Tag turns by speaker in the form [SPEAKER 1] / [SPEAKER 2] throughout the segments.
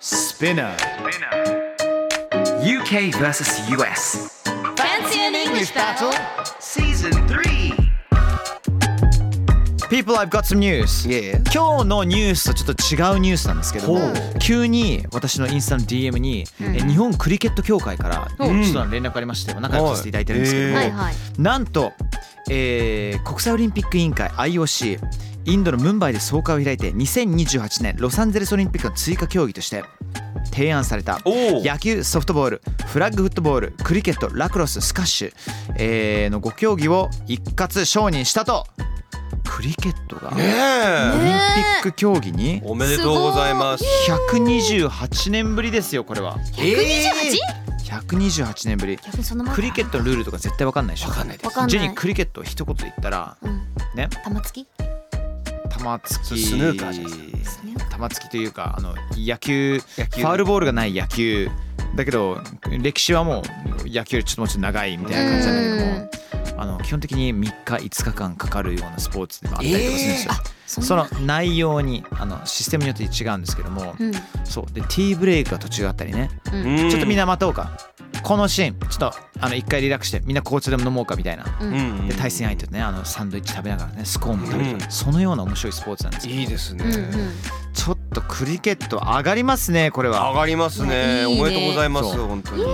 [SPEAKER 1] Spinner.
[SPEAKER 2] UK versus US.
[SPEAKER 3] Fancy an English battle
[SPEAKER 2] Season 3.
[SPEAKER 1] People, I've got some news.
[SPEAKER 2] Yeah.
[SPEAKER 1] 今日のニュースとちょっと違うニュースなんですけども急に私のインスタの DM に、え日本クリケット協会からちょっと連絡ありまして仲良くさせていただいてるんですけども、
[SPEAKER 3] はいはい
[SPEAKER 1] なんと、えー国際オリンピック委員会 IOC インドのムンバイで総会を開いて2028年ロサンゼルスオリンピックの追加競技として提案された
[SPEAKER 2] おー
[SPEAKER 1] 野球ソフトボールフラッグフットボールクリケットラクロススカッシュ、えーの5競技を一括承認したとクリケットがオリンピック競技に
[SPEAKER 4] おめでとうございます。
[SPEAKER 1] 128年ぶりですよこれは 128?128 年ぶり
[SPEAKER 5] 逆にそのまま
[SPEAKER 1] クリケットのルールとか絶対わかんないでしょわかんない
[SPEAKER 5] すわかんない
[SPEAKER 1] ジェニークリケットを一言で言ったら
[SPEAKER 5] うん
[SPEAKER 1] ね
[SPEAKER 5] 玉突き
[SPEAKER 1] 玉突き
[SPEAKER 4] スヌーカーじゃない
[SPEAKER 5] ですね
[SPEAKER 1] 玉突きというかあの野球
[SPEAKER 4] 野球
[SPEAKER 1] ファウルボールがない野球だけど歴史はもう野球よりちょっともうちょっと長いみたいな感じなんだけどもあの基本的に3日5日間かかるようなスポーツでもあったりとかするんですよ、
[SPEAKER 5] そんな
[SPEAKER 1] その内容にあのシステムによって違うんですけども、
[SPEAKER 5] うん
[SPEAKER 1] そうでティーブレイクが途中あったりね、
[SPEAKER 4] うん
[SPEAKER 1] ちょっとみんな待とうかこのシーンちょっとあの一回リラックスしてみんな紅茶でも飲もうかみたいな、
[SPEAKER 4] うん
[SPEAKER 1] で対戦相手とねあのサンドイッチ食べながらねスコーンも食べて、
[SPEAKER 4] うん
[SPEAKER 1] そのような面白いスポーツなんですよ
[SPEAKER 4] いいですね
[SPEAKER 5] う。んうん
[SPEAKER 1] ちょっとクリケット上がりますねこれ
[SPEAKER 4] 上
[SPEAKER 1] は
[SPEAKER 4] がりますね。
[SPEAKER 5] いいね
[SPEAKER 4] おめでとうございます。
[SPEAKER 1] そう
[SPEAKER 4] 本当に。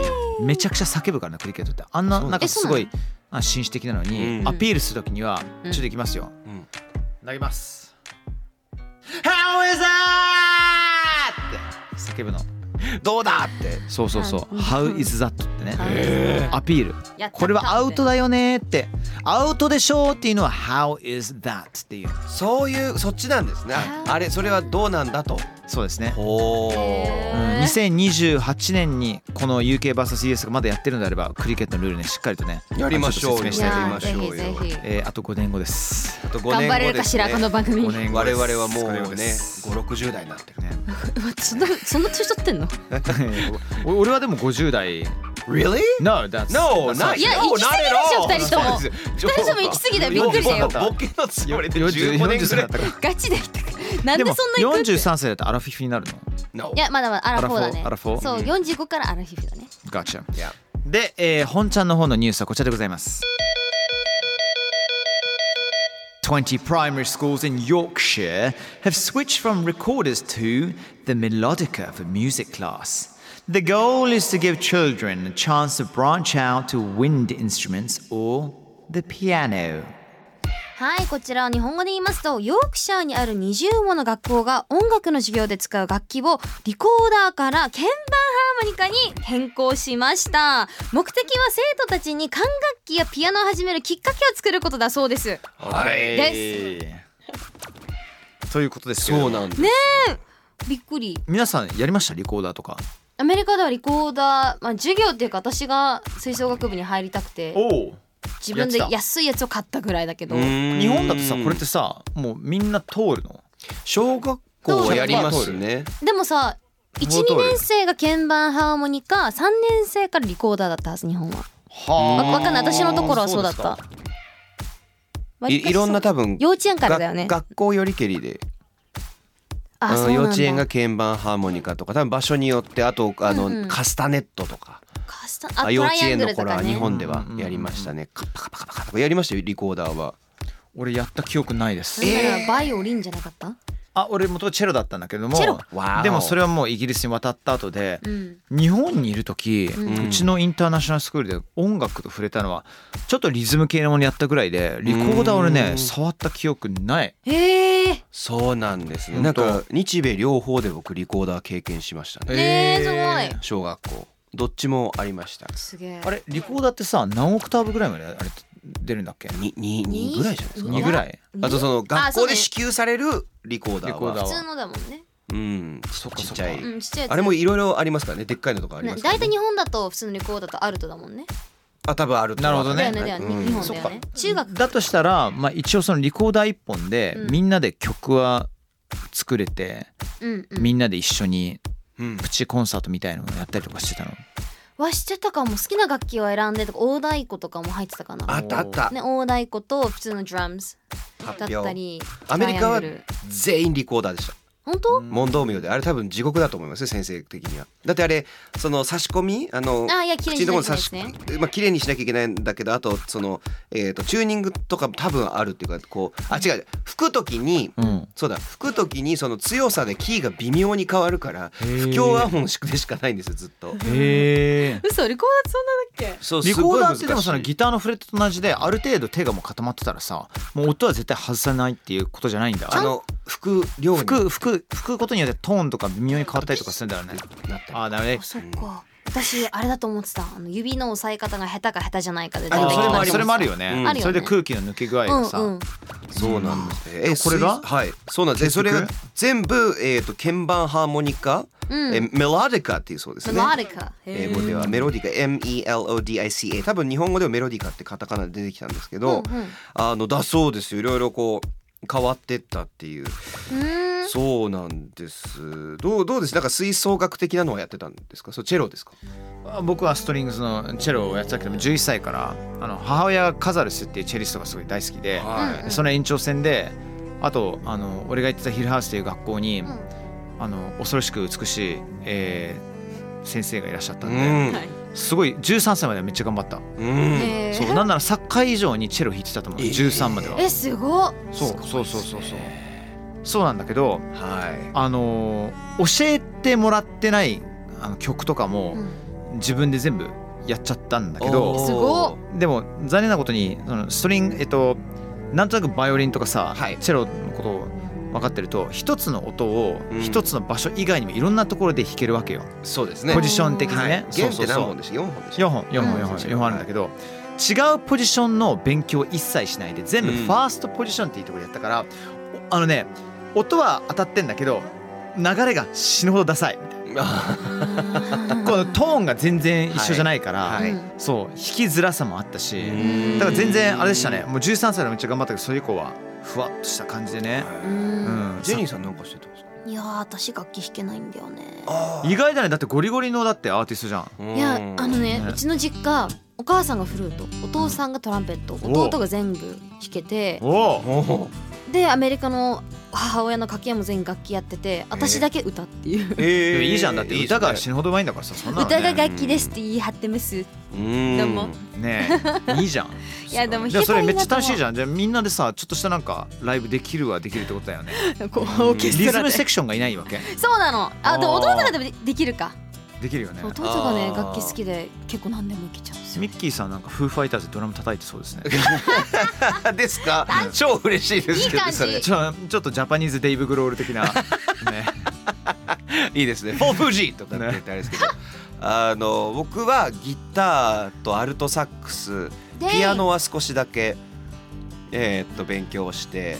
[SPEAKER 1] めちゃくちゃ叫ぶからねクリケットってあんななんかすごいあ紳士的なのに、
[SPEAKER 4] うん
[SPEAKER 1] アピールするときにはちょっといきますよ、
[SPEAKER 4] うん
[SPEAKER 1] 投げます「How is that?」って叫ぶの
[SPEAKER 4] どうだって。
[SPEAKER 1] そうそうそう「How is that?」ってね、アピール
[SPEAKER 5] やった
[SPEAKER 1] これはアウトだよねーってアウトでしょーっていうのは「How is that?」っていう
[SPEAKER 4] そういうそっちなんですね。ああれそれはどうなんだと。
[SPEAKER 1] そうですね
[SPEAKER 4] お
[SPEAKER 1] う
[SPEAKER 4] お。
[SPEAKER 1] ん2028年にこの UKVSUS がまだやってるのであればクリケットのルールねしっかりとね
[SPEAKER 4] やりましょうよ。
[SPEAKER 1] ち
[SPEAKER 4] や
[SPEAKER 1] っと
[SPEAKER 4] り
[SPEAKER 1] 説明し
[SPEAKER 4] ま
[SPEAKER 1] て
[SPEAKER 4] しょうよ。
[SPEAKER 5] ぜひぜひ
[SPEAKER 1] えーあと5年後です
[SPEAKER 4] あと5
[SPEAKER 5] 頑張れ
[SPEAKER 4] 年後
[SPEAKER 5] る
[SPEAKER 4] で
[SPEAKER 5] か
[SPEAKER 4] す
[SPEAKER 5] し
[SPEAKER 4] ね
[SPEAKER 5] らこの番組
[SPEAKER 1] 5
[SPEAKER 5] うわ
[SPEAKER 1] 年後
[SPEAKER 4] 我
[SPEAKER 1] です
[SPEAKER 4] 々はもうね
[SPEAKER 1] 5年後です
[SPEAKER 4] 5、60代になってる。
[SPEAKER 1] ね
[SPEAKER 5] そんなそんな年取ってんの
[SPEAKER 1] お俺はでも50代
[SPEAKER 4] Really?
[SPEAKER 1] No, that's
[SPEAKER 4] No,
[SPEAKER 1] that's-
[SPEAKER 4] ない
[SPEAKER 5] や
[SPEAKER 4] 行
[SPEAKER 5] 行き過ぎでしょ二人とも二人とも行き過ぎだよびっくりだよ
[SPEAKER 4] ボケのつもりで
[SPEAKER 1] 40
[SPEAKER 4] 15年ぐらい
[SPEAKER 1] 40だったから
[SPEAKER 5] ガチで言ったからなん
[SPEAKER 1] で
[SPEAKER 5] で
[SPEAKER 1] も
[SPEAKER 5] そんな行くって
[SPEAKER 1] 43歳だとアラフィフになるの
[SPEAKER 4] No
[SPEAKER 5] いやまだまだアラフォーだね
[SPEAKER 1] アラフォーアラフ
[SPEAKER 5] そう
[SPEAKER 1] ォ
[SPEAKER 5] 45からアラフィフだね
[SPEAKER 1] ガチャ
[SPEAKER 4] Yeah
[SPEAKER 1] で、えー本ちゃんの方のニュースはこちらでございます。20 primary schools in Yorkshire have switched from recorders to the melodica for music class. The goal is to give children a chance to branch out to wind instruments or the piano.
[SPEAKER 5] はいこちらは日本語で言いますとヨークシャーにある20もの学校が音楽の授業で使う楽器をリコーダーから鍵盤ハーモニカに変更しました目的は生徒たちに管楽器やピアノを始めるきっかけを作ることだそうです
[SPEAKER 4] はい
[SPEAKER 5] で
[SPEAKER 1] という ことですけれど
[SPEAKER 4] そ
[SPEAKER 1] も
[SPEAKER 4] うなんです。
[SPEAKER 5] びっくり
[SPEAKER 1] 皆さんやりましたリコーダーとか。
[SPEAKER 5] アメリカではリコーダー、まあ、授業っていうか私が吹奏楽部に入りたくて
[SPEAKER 1] お
[SPEAKER 5] 自分で
[SPEAKER 1] やってた
[SPEAKER 5] 安いやつを買ったぐらいだけど
[SPEAKER 1] 日本だとさこれってさもうみんな通るの
[SPEAKER 4] 小学校やりますね。
[SPEAKER 5] でもさ
[SPEAKER 1] 元通
[SPEAKER 5] 12
[SPEAKER 1] り
[SPEAKER 5] 年生が鍵盤ハーモニカ3年生からリコーダーだったはず日本はわわかんない私のところはそうだった割か
[SPEAKER 4] い
[SPEAKER 5] し
[SPEAKER 4] いろんな多分
[SPEAKER 5] 幼稚園からだよね
[SPEAKER 4] が学校よりけりで
[SPEAKER 5] あ
[SPEAKER 4] あ
[SPEAKER 5] そう
[SPEAKER 4] の
[SPEAKER 5] なんだ
[SPEAKER 4] 幼稚園が鍵盤ハーモニカとか多分場所によってあとあの、
[SPEAKER 5] うんうん
[SPEAKER 4] カスタネットとか
[SPEAKER 5] カスタ
[SPEAKER 4] あ
[SPEAKER 5] あ
[SPEAKER 4] 幼稚
[SPEAKER 5] トライア
[SPEAKER 4] 園
[SPEAKER 5] ング
[SPEAKER 4] の
[SPEAKER 5] ルと
[SPEAKER 4] 頃
[SPEAKER 5] か
[SPEAKER 4] は日
[SPEAKER 5] ね
[SPEAKER 4] 本ではやりましたね、カッパカパカパカとかやりましたよリコーダーは
[SPEAKER 1] 俺やった記憶ないです。
[SPEAKER 5] だからバイオリンじゃなかった
[SPEAKER 1] あ俺元々チェロだったんだけども
[SPEAKER 5] チェロ
[SPEAKER 4] わお
[SPEAKER 1] でもそれはもうイギリスに渡った後で、
[SPEAKER 5] うん
[SPEAKER 1] 日本にいる時、うんちのインターナショナルスクールで音楽と触れたのはちょっとリズム系のものやったぐらいでリコーダー俺ね
[SPEAKER 4] うん
[SPEAKER 1] 触った記憶ない
[SPEAKER 5] へえ
[SPEAKER 4] そうなんですね
[SPEAKER 1] 本
[SPEAKER 4] なん
[SPEAKER 1] 当
[SPEAKER 4] か日米両方で僕リコーダー経験しましたね
[SPEAKER 5] え
[SPEAKER 1] え
[SPEAKER 5] ーすごい
[SPEAKER 4] 小学校どっちもありました
[SPEAKER 5] すげえ
[SPEAKER 1] あれリコーダーってさ何オクターブぐらいまであれ出るんだっけ
[SPEAKER 4] にににぐらいじゃないですか
[SPEAKER 1] 2ぐらい
[SPEAKER 5] に
[SPEAKER 4] あとその
[SPEAKER 5] あ
[SPEAKER 4] 学
[SPEAKER 5] そう
[SPEAKER 4] 校
[SPEAKER 5] ね
[SPEAKER 4] で支給されるリコーダー
[SPEAKER 1] リコーダー
[SPEAKER 4] は
[SPEAKER 5] 普通のだもんね
[SPEAKER 4] うんそっかそ
[SPEAKER 1] ち
[SPEAKER 4] っ
[SPEAKER 1] っちゃ
[SPEAKER 4] か
[SPEAKER 1] い
[SPEAKER 5] うんちっちゃいやつ
[SPEAKER 4] あれもいろいろありますからねでっかいのとかあり
[SPEAKER 5] ね
[SPEAKER 4] ますから
[SPEAKER 5] 大
[SPEAKER 4] ね
[SPEAKER 5] 体日本だと普通のレコーダーとアルトだもんね
[SPEAKER 4] あ多分あると
[SPEAKER 1] なるほど
[SPEAKER 5] だ
[SPEAKER 1] ね
[SPEAKER 5] よねだよね、
[SPEAKER 4] うん
[SPEAKER 5] 日本だよね中学
[SPEAKER 1] だとしたら、まあ、一応そのリコーダー一本で、
[SPEAKER 5] うん
[SPEAKER 1] みんなで曲は作れて、
[SPEAKER 5] うんうん
[SPEAKER 1] みんなで一緒に
[SPEAKER 4] うん
[SPEAKER 1] プチコンサートみたいのをやったりとかしてたの。
[SPEAKER 5] わしてたかも好きな楽器を選んでとか大太鼓とかも入ってたかな
[SPEAKER 4] あったあった
[SPEAKER 5] ね大太鼓と普通のドラムスだっ
[SPEAKER 4] 発
[SPEAKER 5] た
[SPEAKER 4] 表
[SPEAKER 5] り
[SPEAKER 4] アメリカは
[SPEAKER 5] トライアングル
[SPEAKER 4] 全員リコーダーでした
[SPEAKER 5] 本当、
[SPEAKER 4] 問答名であれ多分地獄だと思いますよ先生的にはだってあれその差し込みあの
[SPEAKER 5] あいや綺麗にしなきゃいけないです
[SPEAKER 4] 口の
[SPEAKER 5] ね
[SPEAKER 4] ところに差しまあ綺麗にしなきゃいけないんだけどあとそのえーとチューニングとかも多分あるっていうかこうあ違う吹く時に
[SPEAKER 1] うん、
[SPEAKER 4] そうだ吹く時にその強さでキーが微妙に変わるから
[SPEAKER 1] ー
[SPEAKER 4] 不協和音しでしかないんですよずっと
[SPEAKER 1] へえ。
[SPEAKER 5] 嘘リコーダーそんなだっ
[SPEAKER 4] そう
[SPEAKER 1] リコーダーってでも
[SPEAKER 4] す
[SPEAKER 1] そ
[SPEAKER 4] ごい難
[SPEAKER 1] の
[SPEAKER 4] しい
[SPEAKER 1] ギターのフレットと同じである程度手がもう固まってたらさもう音は絶対外さないっていうことじゃないんだ
[SPEAKER 4] あの吹く量に
[SPEAKER 1] 吹く吹く吹くことによってトーンとか微妙に変わったりとかするんだよ
[SPEAKER 4] な
[SPEAKER 1] ね
[SPEAKER 4] ったり
[SPEAKER 1] ああなるね
[SPEAKER 5] けあそっか私あれだと思ってたあの指の押さえ方が下手か下手じゃないかで
[SPEAKER 4] あでも
[SPEAKER 5] 大体
[SPEAKER 4] それも
[SPEAKER 5] 決ま
[SPEAKER 4] あ
[SPEAKER 5] り
[SPEAKER 4] り
[SPEAKER 1] それもある
[SPEAKER 5] よ
[SPEAKER 1] よ
[SPEAKER 4] うん
[SPEAKER 1] ね
[SPEAKER 5] あるよね
[SPEAKER 1] それで空気の抜け具合
[SPEAKER 5] うん
[SPEAKER 1] がさ、
[SPEAKER 5] うん
[SPEAKER 4] そうなんですね。え
[SPEAKER 1] これが
[SPEAKER 4] スイスはい。そうなんです。えそれが全部えっ、と鍵盤ハーモニカ、
[SPEAKER 5] うん
[SPEAKER 4] えメロディカっていうそうですね。
[SPEAKER 5] メロディカ
[SPEAKER 4] 英語ではメロディカ M E L O D I C A 多分日本語ではメロディカってカタカナで出てきたんですけど、
[SPEAKER 5] うんうん
[SPEAKER 4] あのだそうですよ。いろいろこう変わってったっていう。
[SPEAKER 5] う ーん
[SPEAKER 4] そうなんです。どうどうです。なんか吹奏楽的なのはやってたんですか。そうチェロですか。
[SPEAKER 1] 僕はストリングスのチェロをやってたけども11歳からあの母親がカザルスっていうチェリストがすごい大好きで、
[SPEAKER 5] はい
[SPEAKER 1] その延長線であとあの俺が行ってたヒルハウスという学校に、
[SPEAKER 5] ん
[SPEAKER 1] あの恐ろしく美しい、えー先生がいらっしゃったん
[SPEAKER 4] う
[SPEAKER 1] で、
[SPEAKER 4] ん。
[SPEAKER 1] すごい13歳まではめっちゃ頑張った、
[SPEAKER 4] うん。
[SPEAKER 5] へー
[SPEAKER 1] そうなんならサッカー以上にチェロ弾いてたと思う、
[SPEAKER 4] えー
[SPEAKER 1] 13までは
[SPEAKER 5] えすごっ
[SPEAKER 1] そうそうそうそうそうそうなんだけど
[SPEAKER 4] は
[SPEAKER 1] あのー教えてもらってないあの曲とかも
[SPEAKER 5] うん
[SPEAKER 1] 自分で全部やっちゃったんだ
[SPEAKER 4] い。
[SPEAKER 1] けど
[SPEAKER 5] すご
[SPEAKER 1] でも残念なことにそのストリングえっとなんとなくバイオリンとかさ、
[SPEAKER 4] はい
[SPEAKER 1] チェロのことを分かってると一つの音を
[SPEAKER 4] うん
[SPEAKER 1] 一つの場所以外にもいろんなところで弾けるわけよ、
[SPEAKER 4] お。そうですね
[SPEAKER 1] ポ。ジション的にね、
[SPEAKER 4] 弦
[SPEAKER 1] そう
[SPEAKER 4] って
[SPEAKER 1] そう
[SPEAKER 4] 何
[SPEAKER 1] そう
[SPEAKER 4] 本でした。四本でした。
[SPEAKER 1] 4本4本
[SPEAKER 5] うん
[SPEAKER 1] 4本4本あるんだけど、違うポジションの勉強を一切しないで全部
[SPEAKER 4] うん
[SPEAKER 1] ファーストポジションっていうところでやったから、おあのね音は当たってんだけど流れが死ぬほどダサいみたいなこのトーンが全然一緒じゃないから、
[SPEAKER 4] はい
[SPEAKER 5] うん
[SPEAKER 1] そう弾きづらさもあったし、
[SPEAKER 4] うん
[SPEAKER 1] だから全然あれでしたねもう13歳でめっちゃ頑張ったけどそれ以降はふわっとした感じでね、
[SPEAKER 5] う
[SPEAKER 1] うんん、
[SPEAKER 4] ジェニーさんなんかしてたんですか。
[SPEAKER 5] いやー私楽器弾けないんだよね
[SPEAKER 1] 意外だねだってゴリゴリのだってアーティストじゃん
[SPEAKER 4] い
[SPEAKER 5] いやあのね
[SPEAKER 1] ね
[SPEAKER 5] うちの実家お母さんがフルートお父さんがトランペット
[SPEAKER 1] お
[SPEAKER 5] 弟が全部弾けて
[SPEAKER 1] おお
[SPEAKER 4] お
[SPEAKER 5] でアメリカの母親の家系も全員楽器やってて私だけ歌っていう、
[SPEAKER 4] え
[SPEAKER 1] いいじゃんだって歌が死ぬほどうまいんだからさそんなの、ね、
[SPEAKER 5] 歌が楽器ですって言い張ってますいどうも
[SPEAKER 1] ねえいいじゃん
[SPEAKER 5] やでも
[SPEAKER 1] じゃ
[SPEAKER 5] 弾
[SPEAKER 1] あ
[SPEAKER 5] けた
[SPEAKER 1] それ
[SPEAKER 5] い
[SPEAKER 1] めっ
[SPEAKER 5] な
[SPEAKER 1] ちゃ
[SPEAKER 5] と
[SPEAKER 1] 楽
[SPEAKER 5] 思
[SPEAKER 1] しいじゃんじゃあみんなでさちょっとしたなんかライブできるはできるってことだよね
[SPEAKER 5] う こうオーケ
[SPEAKER 1] リ
[SPEAKER 5] スト
[SPEAKER 1] ズ
[SPEAKER 5] ラ
[SPEAKER 1] ム
[SPEAKER 5] で
[SPEAKER 1] セクションがいないわけ
[SPEAKER 5] そうなのあでも
[SPEAKER 1] あ
[SPEAKER 5] 弟
[SPEAKER 1] ー
[SPEAKER 5] がでもでできるか
[SPEAKER 1] できるよね
[SPEAKER 5] そう弟がね
[SPEAKER 4] あー
[SPEAKER 5] 楽器好きで結構何でもいけちゃうんですよ
[SPEAKER 1] ミッキーさんなんかフーファイターズでドラム叩いてそう ですね
[SPEAKER 4] ですか超嬉しいですけ
[SPEAKER 5] いい感
[SPEAKER 4] ど
[SPEAKER 5] じ
[SPEAKER 4] それ
[SPEAKER 1] ちょちょっとジャパニーズデイブ・グロール的な ね
[SPEAKER 4] いいですね「フォーフジー」とかって言ってあれですけどあの僕はギターとアルトサックス
[SPEAKER 5] で
[SPEAKER 4] ピアノは少しだけえーっと勉強して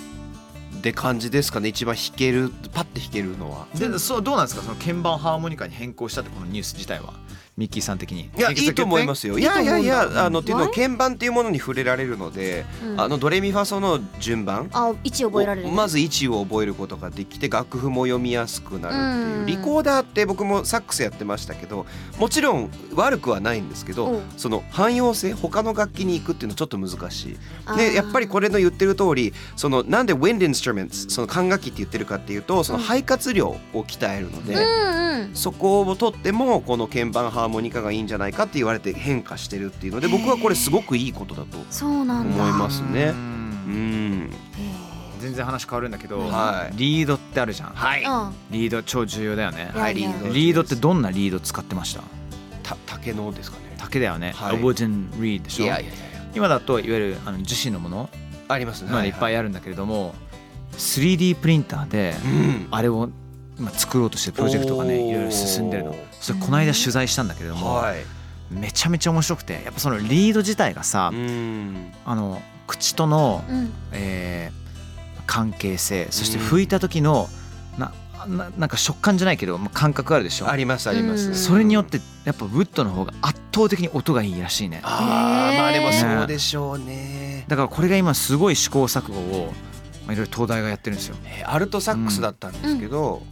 [SPEAKER 4] って感じですかね一番弾けるパッて弾けるのは。
[SPEAKER 1] でそうどうなんですかその鍵盤ハーモニカに変更したってこのニュース自体はミッキーさん的に
[SPEAKER 4] いやいいと思いますよ。いやいやいやあのっていうのは鍵盤っていうものに触れられるので、
[SPEAKER 5] うん
[SPEAKER 4] あのドレミファソの順番
[SPEAKER 5] あ位置覚えられる
[SPEAKER 4] まず位置を覚えることができて楽譜も読みやすくなるっていう、
[SPEAKER 5] うん
[SPEAKER 4] リコーダーって僕もサックスやってましたけどもちろん悪くはないんですけど、
[SPEAKER 5] うん
[SPEAKER 4] その汎用性他の楽器に行くっていうのはちょっと難し
[SPEAKER 5] あ
[SPEAKER 4] い
[SPEAKER 5] ー
[SPEAKER 4] でやっぱりこれの言ってる通りそのなんで wind instruments その管楽器って言ってるかっていうとその肺活量を鍛えるので。
[SPEAKER 5] うんうん
[SPEAKER 4] そこをとってもこの鍵盤ハーモニカがいいんじゃないかって言われて変化してるっていうので僕はこれすごくいいことだと
[SPEAKER 5] そうなんだ
[SPEAKER 4] 思いますね
[SPEAKER 1] うん
[SPEAKER 4] うん
[SPEAKER 1] 全然話変わるんだけど、
[SPEAKER 4] はい
[SPEAKER 1] リードってあるじゃん、
[SPEAKER 4] はい
[SPEAKER 5] うん
[SPEAKER 1] リード超重要だよね
[SPEAKER 5] いやいや
[SPEAKER 4] はい
[SPEAKER 1] リードってどんなリード使ってました
[SPEAKER 4] た竹のですかね
[SPEAKER 1] 竹だよね、
[SPEAKER 4] はい
[SPEAKER 1] A wooden reed でしょ
[SPEAKER 4] いや
[SPEAKER 1] 今だといわゆるあの樹脂のもの
[SPEAKER 4] ありますね。
[SPEAKER 1] まあいっぱい
[SPEAKER 4] あ
[SPEAKER 1] あるんだけれども、3D プリンターで
[SPEAKER 4] うん。
[SPEAKER 1] あれを今作ろうとしてるプロジェクトがねいろいろ進んでるのそれこの間取材したんだけれども、
[SPEAKER 4] はい。
[SPEAKER 1] めちゃめちゃ面白くてやっぱそのリード自体がさ、
[SPEAKER 4] うん。
[SPEAKER 1] あの口との
[SPEAKER 5] うん
[SPEAKER 1] えー関係性そして拭いた時の、なななんか食感じゃないけど、まあ感覚あるでしょ
[SPEAKER 4] ありますありま
[SPEAKER 5] うん
[SPEAKER 4] す。
[SPEAKER 1] それによってやっぱウッドの方が圧倒的に音がいいらしいね
[SPEAKER 4] ああ
[SPEAKER 5] へー
[SPEAKER 4] まあでもそうでしょうね。
[SPEAKER 1] だからこれが今すごい試行錯誤をまあいろいろ東大がやってるんですよ
[SPEAKER 4] えーアルトサックスだったんですけど、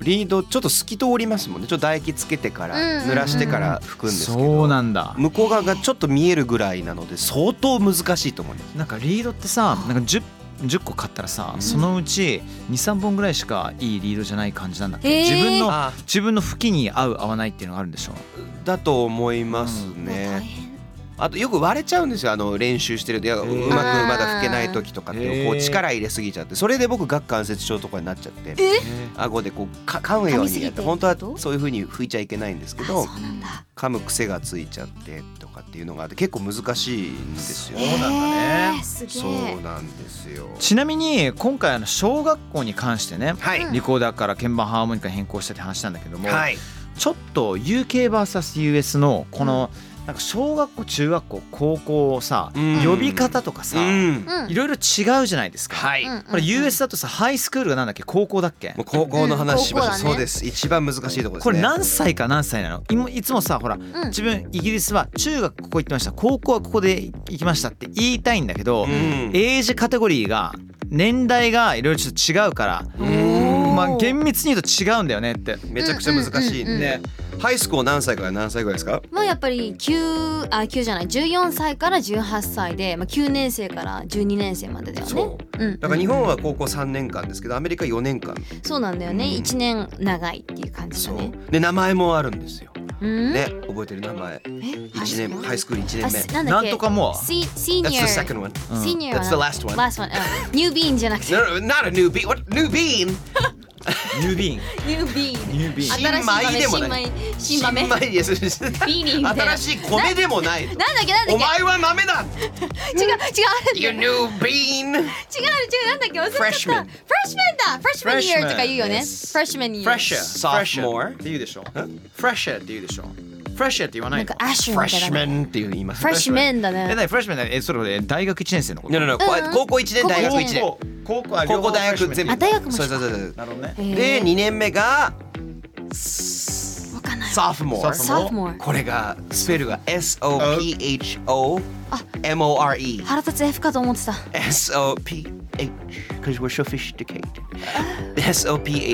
[SPEAKER 4] リードちょっと透き通りますもんね。ちょっと唾液つけてから
[SPEAKER 5] うんうんうん
[SPEAKER 4] 濡らしてから吹くんですけど。
[SPEAKER 1] そうなんだ
[SPEAKER 4] 向こう側がちょっと見えるぐらいなので相当難しいと思います。
[SPEAKER 1] なんかリードってさなんか 10, 10個買ったらさ、そのうち23本ぐらいしかいいリードじゃない感じなんだっ
[SPEAKER 5] へ
[SPEAKER 1] て、
[SPEAKER 5] ー
[SPEAKER 1] 自分の
[SPEAKER 4] あ
[SPEAKER 1] 自分の吹きに合う合わないっていうのがあるんでしょ
[SPEAKER 4] だと思います
[SPEAKER 5] もう大
[SPEAKER 4] ね。
[SPEAKER 5] 変
[SPEAKER 4] あとよく割れちゃうんですよあの練習してるといやうま
[SPEAKER 1] ー
[SPEAKER 4] くまだ吹けない時とかってこ
[SPEAKER 1] へ
[SPEAKER 4] う
[SPEAKER 1] ー
[SPEAKER 4] 力入れすぎちゃってそれで僕顎関節症とかになっちゃって顎でこうか噛むようにやって
[SPEAKER 5] 噛みすぎて
[SPEAKER 4] 本当は
[SPEAKER 5] ってこと
[SPEAKER 4] そういう風に吹いちゃいけないんですけ
[SPEAKER 5] あ
[SPEAKER 4] ど
[SPEAKER 5] そうなんだ
[SPEAKER 4] 噛む癖がついちゃってとかっていうのがあって結構難しいんですよ。
[SPEAKER 1] そうなんだね
[SPEAKER 5] えーすげえ
[SPEAKER 4] そうなんですよ。
[SPEAKER 1] ちなみに今回あの小学校に関してね
[SPEAKER 4] はい、
[SPEAKER 1] リコーダーから鍵盤ハーモニカに変更したって話なんだけども、
[SPEAKER 4] はい
[SPEAKER 1] ちょっと UKVSUS のこのなんか小学校中学校高校をさ、
[SPEAKER 4] うん
[SPEAKER 1] 呼び方とかさ、
[SPEAKER 4] うん
[SPEAKER 5] うん
[SPEAKER 1] いろいろ違うじゃないですか。
[SPEAKER 4] はい、
[SPEAKER 5] うんうん
[SPEAKER 1] これ US だとさハイスクールがなんだっけ高校だっけ
[SPEAKER 4] もう高校の話しました、
[SPEAKER 5] うん高校だね
[SPEAKER 4] そうです一番難しいところですね
[SPEAKER 1] これ何歳か何歳なのいもいつもさほら
[SPEAKER 5] うん
[SPEAKER 1] 自分イギリスは中学ここ行ってました高校はここで行きましたって言いたいんだけど、
[SPEAKER 4] うん
[SPEAKER 1] エイジカテゴリーが年代がいろいろちょっと違うから、
[SPEAKER 5] おー
[SPEAKER 1] まあ厳密に言うと違うんだよねって。
[SPEAKER 4] めちゃくちゃ難しいん
[SPEAKER 5] うんうん
[SPEAKER 4] でハイスコー何歳から何歳ぐらいですか
[SPEAKER 5] まあやっぱり9あ9じゃない14歳から18歳で、まあ、9年生から12年生までだよね
[SPEAKER 4] そう
[SPEAKER 5] うん
[SPEAKER 4] だから日本は高校3年間ですけどアメリカ4年間
[SPEAKER 5] そうなんだよね
[SPEAKER 4] うん
[SPEAKER 5] 1年長いっていう感じだね
[SPEAKER 4] で名前もあるんですよ
[SPEAKER 5] うん
[SPEAKER 4] ね覚えてる名前
[SPEAKER 5] え
[SPEAKER 4] 一年ハイスクール1
[SPEAKER 5] あ
[SPEAKER 4] 年目
[SPEAKER 5] すなんだ
[SPEAKER 1] な
[SPEAKER 5] っ
[SPEAKER 1] ん
[SPEAKER 5] け
[SPEAKER 1] とかもう
[SPEAKER 5] Se- senior
[SPEAKER 4] That's the second one
[SPEAKER 5] senior
[SPEAKER 4] That's the last one
[SPEAKER 5] last one うん new bean じゃな くて
[SPEAKER 4] No, no, not a new bean. What new bean?
[SPEAKER 1] ニュービーン
[SPEAKER 5] new bean
[SPEAKER 1] ニュービーン
[SPEAKER 5] 新しい
[SPEAKER 4] 新米でも
[SPEAKER 5] 豆新
[SPEAKER 4] ない
[SPEAKER 5] 米新豆なんだっ
[SPEAKER 4] 米です
[SPEAKER 5] ビーリーみたいな
[SPEAKER 4] 新しい米でもない。
[SPEAKER 5] けなんだ
[SPEAKER 4] お
[SPEAKER 5] っけ
[SPEAKER 4] 前は豆だ。
[SPEAKER 5] 違う違うあれ
[SPEAKER 4] You new bean.
[SPEAKER 5] 違う違うなんだっけ忘れちゃった
[SPEAKER 4] Freshman
[SPEAKER 5] だ freshman year とか言うよね
[SPEAKER 1] Yes
[SPEAKER 5] freshman year
[SPEAKER 4] Sophomore
[SPEAKER 1] って言うでしょ Fresher って言うでしょ Fresher って言わな
[SPEAKER 5] なん
[SPEAKER 1] い
[SPEAKER 5] か asher みたいな
[SPEAKER 4] Freshman っていう言います。
[SPEAKER 5] freshman だ
[SPEAKER 1] え、
[SPEAKER 5] ね
[SPEAKER 1] なに Freshman だねえ、それえ大学一年生のこと
[SPEAKER 4] No, no, no. こ
[SPEAKER 5] うん
[SPEAKER 4] 高校1年、大学1年。
[SPEAKER 1] 高校高校あ
[SPEAKER 4] 高
[SPEAKER 1] 両
[SPEAKER 4] 校
[SPEAKER 1] 方
[SPEAKER 4] 大学
[SPEAKER 1] freshman
[SPEAKER 4] 全部
[SPEAKER 5] あ大学も一緒
[SPEAKER 4] そうそうそうそう
[SPEAKER 1] なるほどね
[SPEAKER 4] で2年目が
[SPEAKER 5] わかんない
[SPEAKER 4] サーフモ
[SPEAKER 1] ソ
[SPEAKER 4] ア
[SPEAKER 5] sophomore
[SPEAKER 4] これがスペルが SOPHOMORE
[SPEAKER 5] あ腹立つ F かと思ってた
[SPEAKER 4] SOPH because we're sophisticated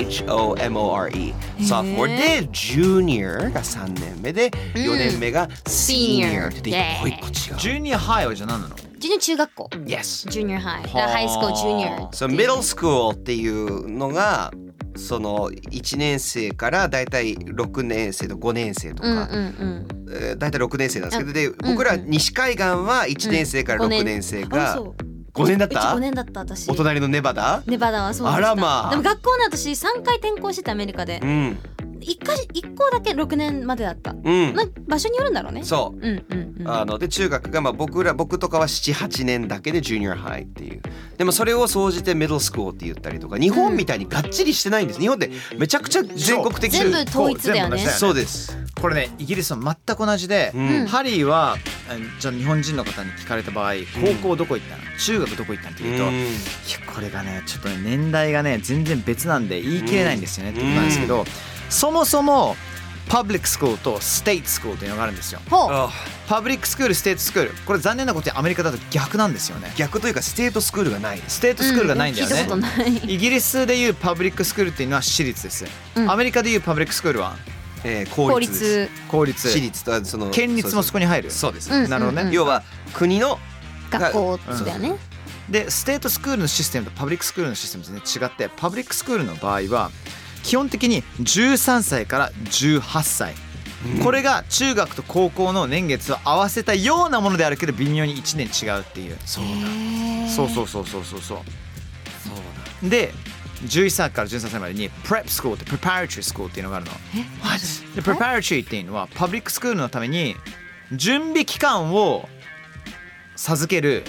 [SPEAKER 4] SOPHOMORE sophomore で junior が3年目で4年目が senior って言って一個一個違う
[SPEAKER 1] ジュニアハイはじゃあ何なの
[SPEAKER 5] junior 中学校
[SPEAKER 4] Yes
[SPEAKER 5] junior high
[SPEAKER 1] はあ
[SPEAKER 5] high school junior
[SPEAKER 4] so middle school っていうのがその1年生からだいたい6年生と5年生と
[SPEAKER 5] うんうん
[SPEAKER 4] か
[SPEAKER 5] うん
[SPEAKER 4] えー大体6年生なんですけどで
[SPEAKER 5] ん
[SPEAKER 4] 僕ら西海岸は1年生から
[SPEAKER 5] うん
[SPEAKER 4] 6年生
[SPEAKER 5] あ
[SPEAKER 4] が
[SPEAKER 5] そう
[SPEAKER 4] 5年だっ
[SPEAKER 5] うち
[SPEAKER 4] た
[SPEAKER 5] 5年だった私
[SPEAKER 4] お隣のネバダ
[SPEAKER 5] ネバダはそうでした
[SPEAKER 4] あらまあ
[SPEAKER 5] でも学校の私3回転校しててアメリカで
[SPEAKER 4] うん
[SPEAKER 5] 1回一校だけ6年までだった
[SPEAKER 4] うん
[SPEAKER 5] な場所によるんだろうね
[SPEAKER 4] そ
[SPEAKER 5] うんうんう
[SPEAKER 4] うんあので中学がまあ僕ら僕とかは78年だけでジュニアハイっていうでもそれを総じてミドルスクールって言ったりとか日本みたいにがっちりしてないんです日本でめちゃくちゃ全国的
[SPEAKER 5] 全部統一だよ
[SPEAKER 1] 全
[SPEAKER 5] ね
[SPEAKER 1] 部同じだよ
[SPEAKER 4] そうです
[SPEAKER 1] これねイギリスは全く同じで、
[SPEAKER 4] うん
[SPEAKER 1] ハリーはえじゃあ日本人の方に聞かれた場合高校どこ行ったの、中学どこ行ったのって言うと、
[SPEAKER 4] うん
[SPEAKER 1] いやこれがねちょっとね年代がね全然別なんで言い切れないんですよね、ってことなんですけど、そもそもパブリックスクールとステイトスクールというのがあるんですよ
[SPEAKER 5] ほう
[SPEAKER 4] あ
[SPEAKER 1] パブリックスクールステートスクールこれ残念なことにアメリカだと逆なんですよね
[SPEAKER 4] 逆というかステートスクールがないです
[SPEAKER 1] ステートスクールがないんだよ
[SPEAKER 5] 聞
[SPEAKER 1] ね、
[SPEAKER 5] いたことない
[SPEAKER 1] イギリスでいうパブリックスクールっていうのは私立です、
[SPEAKER 5] うん
[SPEAKER 1] アメリカでいうパブリックスクールは
[SPEAKER 4] えー公
[SPEAKER 5] 公
[SPEAKER 4] 立です
[SPEAKER 5] 立
[SPEAKER 1] 公立
[SPEAKER 4] 私立とはその
[SPEAKER 1] 県立もそこに入る
[SPEAKER 4] そうです
[SPEAKER 5] うん
[SPEAKER 1] なるほどね、
[SPEAKER 5] うん
[SPEAKER 4] 要は国の
[SPEAKER 5] 学校だよね
[SPEAKER 1] でステートスクールのシステムとパブリックスクールのシステム全然違ってパブリックスクールの場合は基本的に13歳から18歳、これが中学と高校の年月を合わせたようなものであるけど微妙に1年違うっていうそうそうそうそうそうそうそうで11歳から13歳までに Prep School って Preparatory School っていうのがあるの
[SPEAKER 5] え
[SPEAKER 1] で Preparatory っていうのはパブリックスクールのために準備期間を授ける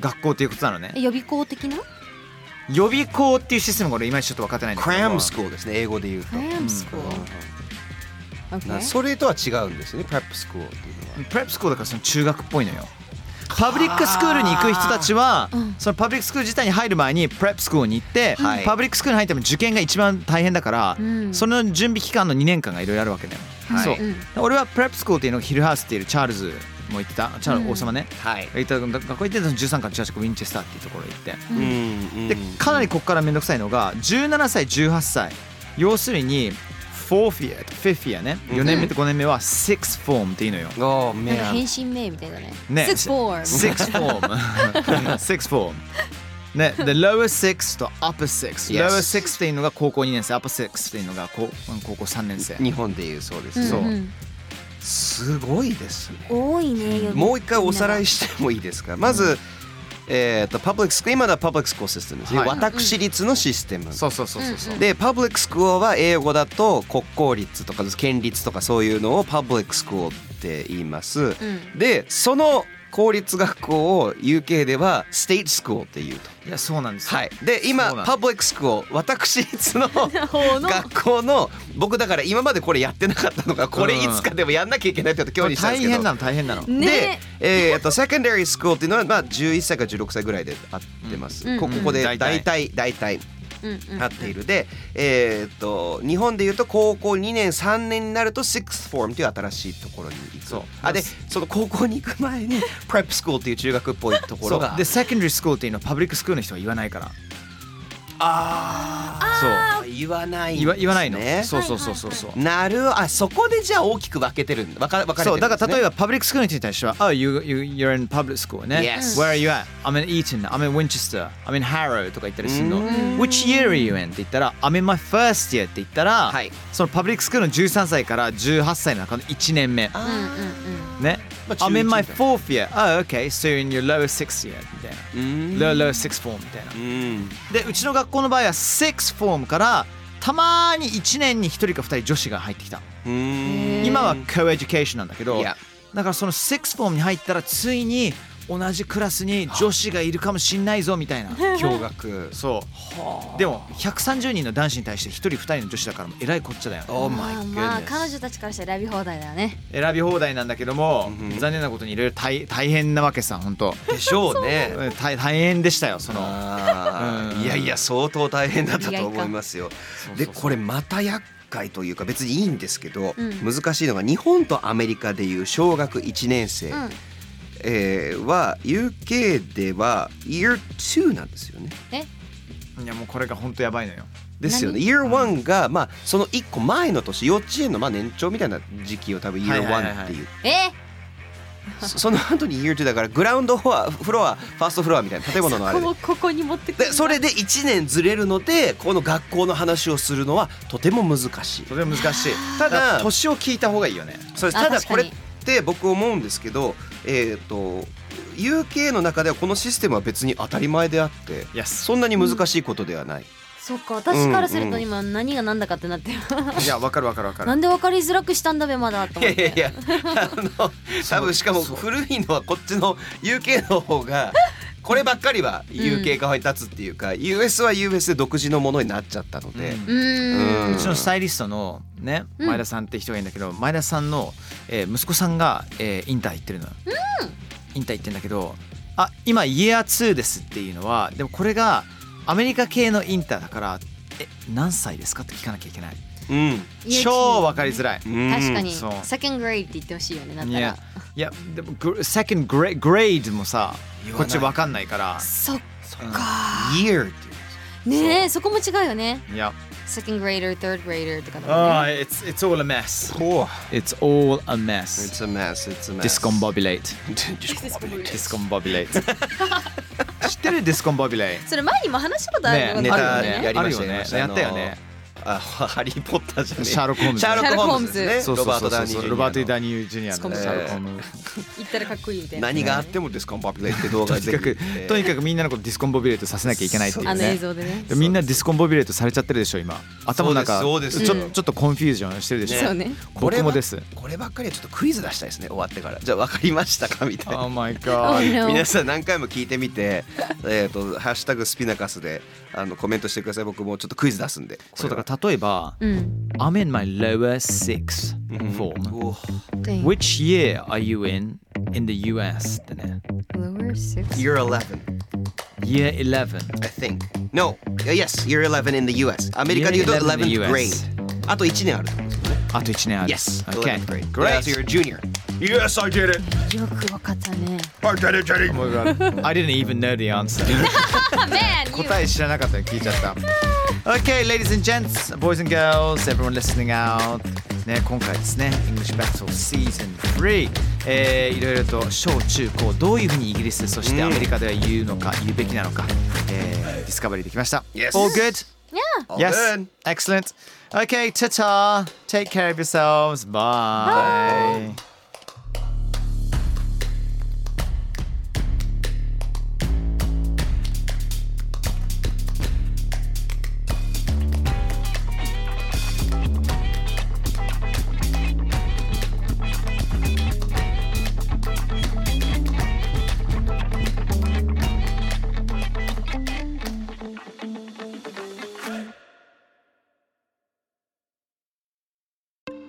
[SPEAKER 1] 学校ということなのね
[SPEAKER 5] え予備校的な
[SPEAKER 1] 予備校っていうシステムが俺いまいちちょっと分かってないんだ
[SPEAKER 4] ク
[SPEAKER 1] けど
[SPEAKER 4] ラムスクールですね英語で言うと
[SPEAKER 5] cram school
[SPEAKER 4] な
[SPEAKER 5] okay
[SPEAKER 4] それとは違うんですねプレップスクールっていうのは
[SPEAKER 1] プレップスコーだからその中学っぽいのよパブリックスクールに行く人たちは、そのパブリックスクール自体に入る前にプレップスクールに行って、
[SPEAKER 4] はい
[SPEAKER 1] パブリックスクールに入っても受験が一番大変だから、
[SPEAKER 5] うん
[SPEAKER 1] その準備期間の2年間がいろいろあるわけだよ、
[SPEAKER 4] はい
[SPEAKER 1] そうう俺はプレップスクールっていうのをヒルハースっていうチャールズも行ってたチャールズ王様ね、
[SPEAKER 4] はい
[SPEAKER 1] 行った学校行ってその13巻18ウィンチェスターっていうところ行って
[SPEAKER 4] うんうん
[SPEAKER 1] でかなりここからめんどくさいのが17歳18歳要するに 4th year 5th year ね4年目と5年目は 6th form っていうのよ、
[SPEAKER 4] Oh
[SPEAKER 5] なんか
[SPEAKER 4] man.
[SPEAKER 5] 変身名みたいだね。
[SPEAKER 1] ね
[SPEAKER 5] Six form
[SPEAKER 1] Six form. six form. ね、で、lower six と upper six。
[SPEAKER 4] Yes.
[SPEAKER 1] lower six っていうのが高校2年生、upper six っていうのが高高校3年生。
[SPEAKER 4] 日本でいうそうですね。
[SPEAKER 1] そうん
[SPEAKER 5] ん
[SPEAKER 4] すごいですね。
[SPEAKER 5] 多いね。よく
[SPEAKER 4] もう一回おさらいしてもいいですか。まず、えっとパブリックスクール今のはパブリックスコーシステムですね。
[SPEAKER 1] はい
[SPEAKER 4] 私立のシステム。
[SPEAKER 1] そうそうそうそうそう。
[SPEAKER 4] でパブリックスクールは英語だと国公立とか県立とかそういうのをパブリックスクールって言います。
[SPEAKER 5] う
[SPEAKER 4] でその公立学校を UK ではステージスクールって言うと。
[SPEAKER 1] いや、そうなんですよ。
[SPEAKER 4] はい、で
[SPEAKER 1] そうな
[SPEAKER 4] 今
[SPEAKER 1] んだ
[SPEAKER 4] パブリックスクール私立 の
[SPEAKER 5] ほうの
[SPEAKER 4] 学校の僕だから今までこれやってなかったのがこれいつかでもやんなきゃいけないってこと今日
[SPEAKER 1] これ
[SPEAKER 4] にしたんで
[SPEAKER 1] 大
[SPEAKER 4] すけど
[SPEAKER 1] 変なの、大変なの。
[SPEAKER 5] ね
[SPEAKER 4] で、えー、とセカンダリースクールっていうのは、まあ、11歳から16歳ぐらいで合ってます、
[SPEAKER 5] うん
[SPEAKER 4] こ
[SPEAKER 5] うん
[SPEAKER 4] ここで
[SPEAKER 1] 大
[SPEAKER 4] 大
[SPEAKER 1] 体
[SPEAKER 4] 体大体
[SPEAKER 5] うんうん
[SPEAKER 4] 合っているで、えー、と日本でいうと高校2年3年になると 6th form という新しいところに行く
[SPEAKER 1] そう
[SPEAKER 4] あでその高校に行く前に prep school っていう中学っぽいとこ
[SPEAKER 1] そ
[SPEAKER 4] ろ
[SPEAKER 1] う
[SPEAKER 4] が
[SPEAKER 1] で、secondary school っていうのはパブリックスクールの人は言わないから。
[SPEAKER 4] あー
[SPEAKER 1] そう。
[SPEAKER 4] あ言わないんです
[SPEAKER 1] 言わ言わないの。
[SPEAKER 4] ね
[SPEAKER 1] そうそうそうそうそう。
[SPEAKER 4] なるほあそこでじゃあ大きく分けてるんだ分か分かれて
[SPEAKER 1] そ
[SPEAKER 4] る
[SPEAKER 1] うん
[SPEAKER 4] です、ね、
[SPEAKER 1] だから例えばパブリックスクールに対しては、Oh, you, you, you're in public school ね。
[SPEAKER 4] Yes.
[SPEAKER 1] Where are you at? I'm in Eton, I'm in Winchester, I'm in Harrow とか言ったりするの
[SPEAKER 4] う。
[SPEAKER 1] Which year are you in? って言ったら、I'm in my first year って言ったら、
[SPEAKER 4] はい
[SPEAKER 1] そのパブリックスクールの13歳から18歳の中の1年目。
[SPEAKER 5] うんうん
[SPEAKER 1] ね。
[SPEAKER 4] まあ
[SPEAKER 1] I'm in my
[SPEAKER 4] 11
[SPEAKER 1] fourth year. Oh, okay. So you're in your lower sixth year みたいな。
[SPEAKER 4] うーん
[SPEAKER 1] Lower, lower sixth form みたいな
[SPEAKER 4] う。ん
[SPEAKER 1] で、うちの学校の場合は sixth form からたまに1年に1人か2人女子が入ってきた。
[SPEAKER 4] うーん
[SPEAKER 1] 今は co-education なんだけど、
[SPEAKER 4] いや
[SPEAKER 1] だからその6フォームに入ったらついに同じクラスに女子がいるかもしんないぞみた いな
[SPEAKER 4] 驚愕
[SPEAKER 1] そうでも130人の男子に対して1人2人の女子だからもうえらいこっちゃだよ
[SPEAKER 5] う
[SPEAKER 4] Oh
[SPEAKER 5] ん。
[SPEAKER 4] my
[SPEAKER 5] まあ
[SPEAKER 4] goodness
[SPEAKER 5] まあ彼女たちからしたら選び放題だよね。
[SPEAKER 1] 選び放題なんだけども、
[SPEAKER 4] うんうん
[SPEAKER 1] 残念なことにいろいろ大大変なわけさ本当
[SPEAKER 4] でしょうね
[SPEAKER 1] 大大変でしたよその
[SPEAKER 4] あ
[SPEAKER 1] う
[SPEAKER 4] ー
[SPEAKER 1] ん
[SPEAKER 4] いやいや相当大変だったと思いますよ
[SPEAKER 1] うそ
[SPEAKER 4] で
[SPEAKER 1] うそう
[SPEAKER 4] これまた厄介というか別にいいんですけど、
[SPEAKER 5] うん
[SPEAKER 4] 難しいのが日本とアメリカでいう小学1年生、
[SPEAKER 5] うん。
[SPEAKER 4] えーは UK では Year 2なんですよね。
[SPEAKER 1] いやもうこれが本当やばいのよ
[SPEAKER 4] ですよね。Year 1が、まあ、その1個前の年幼稚園のまあ年長みたいな時期を多分
[SPEAKER 1] はい
[SPEAKER 4] Year
[SPEAKER 1] はいはいはい
[SPEAKER 4] 1っていう
[SPEAKER 5] え
[SPEAKER 4] そ その後に Year 2だからグラウンドフロアフロアファーストフロアみたいな建物のあれで
[SPEAKER 5] こここに持ってく
[SPEAKER 4] でそれで1年ずれるのでこの学校の話をするのはとても難しい
[SPEAKER 1] それは難しい
[SPEAKER 4] た
[SPEAKER 1] た
[SPEAKER 4] だ
[SPEAKER 1] だ年を聞いた方がいいよね
[SPEAKER 4] そうです
[SPEAKER 5] あ
[SPEAKER 4] ただ
[SPEAKER 5] 確か
[SPEAKER 4] こ
[SPEAKER 5] に
[SPEAKER 4] れって僕思うんですけどえっ、と UK の中ではこのシステムは別に当たり前であって
[SPEAKER 1] いや
[SPEAKER 4] そんなに難しいことではない、
[SPEAKER 5] そっか私からする
[SPEAKER 4] うんう
[SPEAKER 5] と
[SPEAKER 4] ん
[SPEAKER 5] 今何が何だかってなってる
[SPEAKER 1] いやわかるわかるわか
[SPEAKER 5] な
[SPEAKER 1] る
[SPEAKER 5] んで分かりづらくしたんだべまだと
[SPEAKER 4] いや
[SPEAKER 5] 思っ
[SPEAKER 4] いや
[SPEAKER 5] て
[SPEAKER 4] いやあの多分しかも
[SPEAKER 1] そう
[SPEAKER 4] 古いのはこっちの UK の方がこればっかりは UK 側に立つっていうか、US は US で独自のものになっちゃったので、
[SPEAKER 1] うん
[SPEAKER 5] うーん
[SPEAKER 1] うちのスタイリストのね
[SPEAKER 5] うん
[SPEAKER 1] 前田さんって人がいるんだけど、前田さんの、えー息子さんが、えーインター行ってるのよ、インター行ってんだけどあ今イヤー2ですっていうのはでもこれがアメリカ系のインターだからえ何歳ですかって聞かなきゃいけない
[SPEAKER 4] うん
[SPEAKER 5] 家
[SPEAKER 1] 超わかりづらい
[SPEAKER 4] うん
[SPEAKER 5] 確かに
[SPEAKER 1] そう
[SPEAKER 5] 「second grade」って言ってほしいよねだっ
[SPEAKER 1] い
[SPEAKER 5] た
[SPEAKER 1] や
[SPEAKER 5] ら
[SPEAKER 1] いやでもグセカンドグレグレードもさ
[SPEAKER 4] 言わな
[SPEAKER 1] こっ
[SPEAKER 4] い
[SPEAKER 1] ちわかんないから
[SPEAKER 5] そっ
[SPEAKER 1] うん
[SPEAKER 5] か
[SPEAKER 4] Year って
[SPEAKER 5] ねえそこも違うよね
[SPEAKER 1] いや
[SPEAKER 5] second grader third grader とかだもん
[SPEAKER 1] あ
[SPEAKER 5] ね
[SPEAKER 1] h it's it's all a mess
[SPEAKER 4] いう
[SPEAKER 1] it's all a mess
[SPEAKER 4] It's a mess, it's a mess.
[SPEAKER 1] discombobulate discombobulate 知ってる discombobulate
[SPEAKER 5] それ前にも話したことあるよ
[SPEAKER 1] ね
[SPEAKER 4] ネ
[SPEAKER 1] あ
[SPEAKER 4] タ
[SPEAKER 1] るよね
[SPEAKER 4] やりました
[SPEAKER 1] あるよね
[SPEAKER 4] やりました
[SPEAKER 1] やったよ ね。
[SPEAKER 4] あのあ、ハリー・ポッターじゃねえ
[SPEAKER 1] シャーロックホームズ
[SPEAKER 4] シャーロック・ホームズです
[SPEAKER 1] そ
[SPEAKER 4] ね。ロ
[SPEAKER 1] うそうそう
[SPEAKER 4] バー
[SPEAKER 1] そ
[SPEAKER 4] ト・
[SPEAKER 1] う
[SPEAKER 4] ダウニー・
[SPEAKER 1] ロバート・ダ
[SPEAKER 4] ニ
[SPEAKER 1] ニー・ジュニアのね
[SPEAKER 5] ス
[SPEAKER 4] コンボ
[SPEAKER 1] シャーロックホームズ
[SPEAKER 5] 言ったらかっこいいみたいな
[SPEAKER 4] 何があってもディスコンボビュレーって動
[SPEAKER 1] と
[SPEAKER 4] 画
[SPEAKER 1] にかくとにかくみんなのことディスコンボビュレートさせなきゃいけないってい
[SPEAKER 5] あ
[SPEAKER 1] う
[SPEAKER 5] の映
[SPEAKER 1] ね
[SPEAKER 5] 像でね
[SPEAKER 1] でみんなディスコンボビュレートされちゃってるでしょ今頭の中ち
[SPEAKER 4] そう
[SPEAKER 1] ょ
[SPEAKER 4] です
[SPEAKER 5] そうです
[SPEAKER 1] ちょちょっとコンフュージョンしてるでしょ
[SPEAKER 5] そうね
[SPEAKER 1] 僕もです
[SPEAKER 4] こればっかりはちょっとクイズ出したいですね。終わってから。じゃあ分かりましたかみたい
[SPEAKER 1] Oh
[SPEAKER 4] な。
[SPEAKER 1] my
[SPEAKER 5] Oh,
[SPEAKER 1] god
[SPEAKER 5] no
[SPEAKER 4] 皆さん何回も聞いてみて、えっとハッシュタグスピナカスであのコメントしてください。僕もちょっとクイズ出すんで。
[SPEAKER 1] そうだから例えば
[SPEAKER 5] うん
[SPEAKER 1] I'm in my lower sixth
[SPEAKER 4] うん
[SPEAKER 1] form
[SPEAKER 4] お
[SPEAKER 1] Which year are you in in the US ってね
[SPEAKER 5] う year six?
[SPEAKER 4] Year 11,
[SPEAKER 1] Year 11.
[SPEAKER 4] I think. No, yes, year 11 in the US. アメリカで言うと
[SPEAKER 1] Year 11 in the
[SPEAKER 4] 11th
[SPEAKER 1] US
[SPEAKER 4] grade. あと1年あるってことですね。
[SPEAKER 1] あと1年ある。
[SPEAKER 4] Yes,
[SPEAKER 1] Okay.
[SPEAKER 4] eleventh grade. Yeah,
[SPEAKER 1] Great.
[SPEAKER 4] so you're a junior. Yes, I did it.
[SPEAKER 5] よくわかったね。
[SPEAKER 4] I did it, did it.
[SPEAKER 1] Oh my god. I didn't even know the answer.
[SPEAKER 5] あ、man, you.
[SPEAKER 1] 答え知らなかったよ聞いちゃった OK ladies and gents boys and girls everyone listening out ね、今回ですね English Battle Season 3、えー、いろいろと小中高どういうふうにイギリスそしてアメリカでは言うのか、言うべきなのか、えー、ディスカバリーできました、
[SPEAKER 4] Yes.
[SPEAKER 1] All good?
[SPEAKER 5] Yeah.
[SPEAKER 4] All
[SPEAKER 1] yes
[SPEAKER 4] good.
[SPEAKER 1] excellent OK ta ta take care of yourselves bye.
[SPEAKER 3] Bye.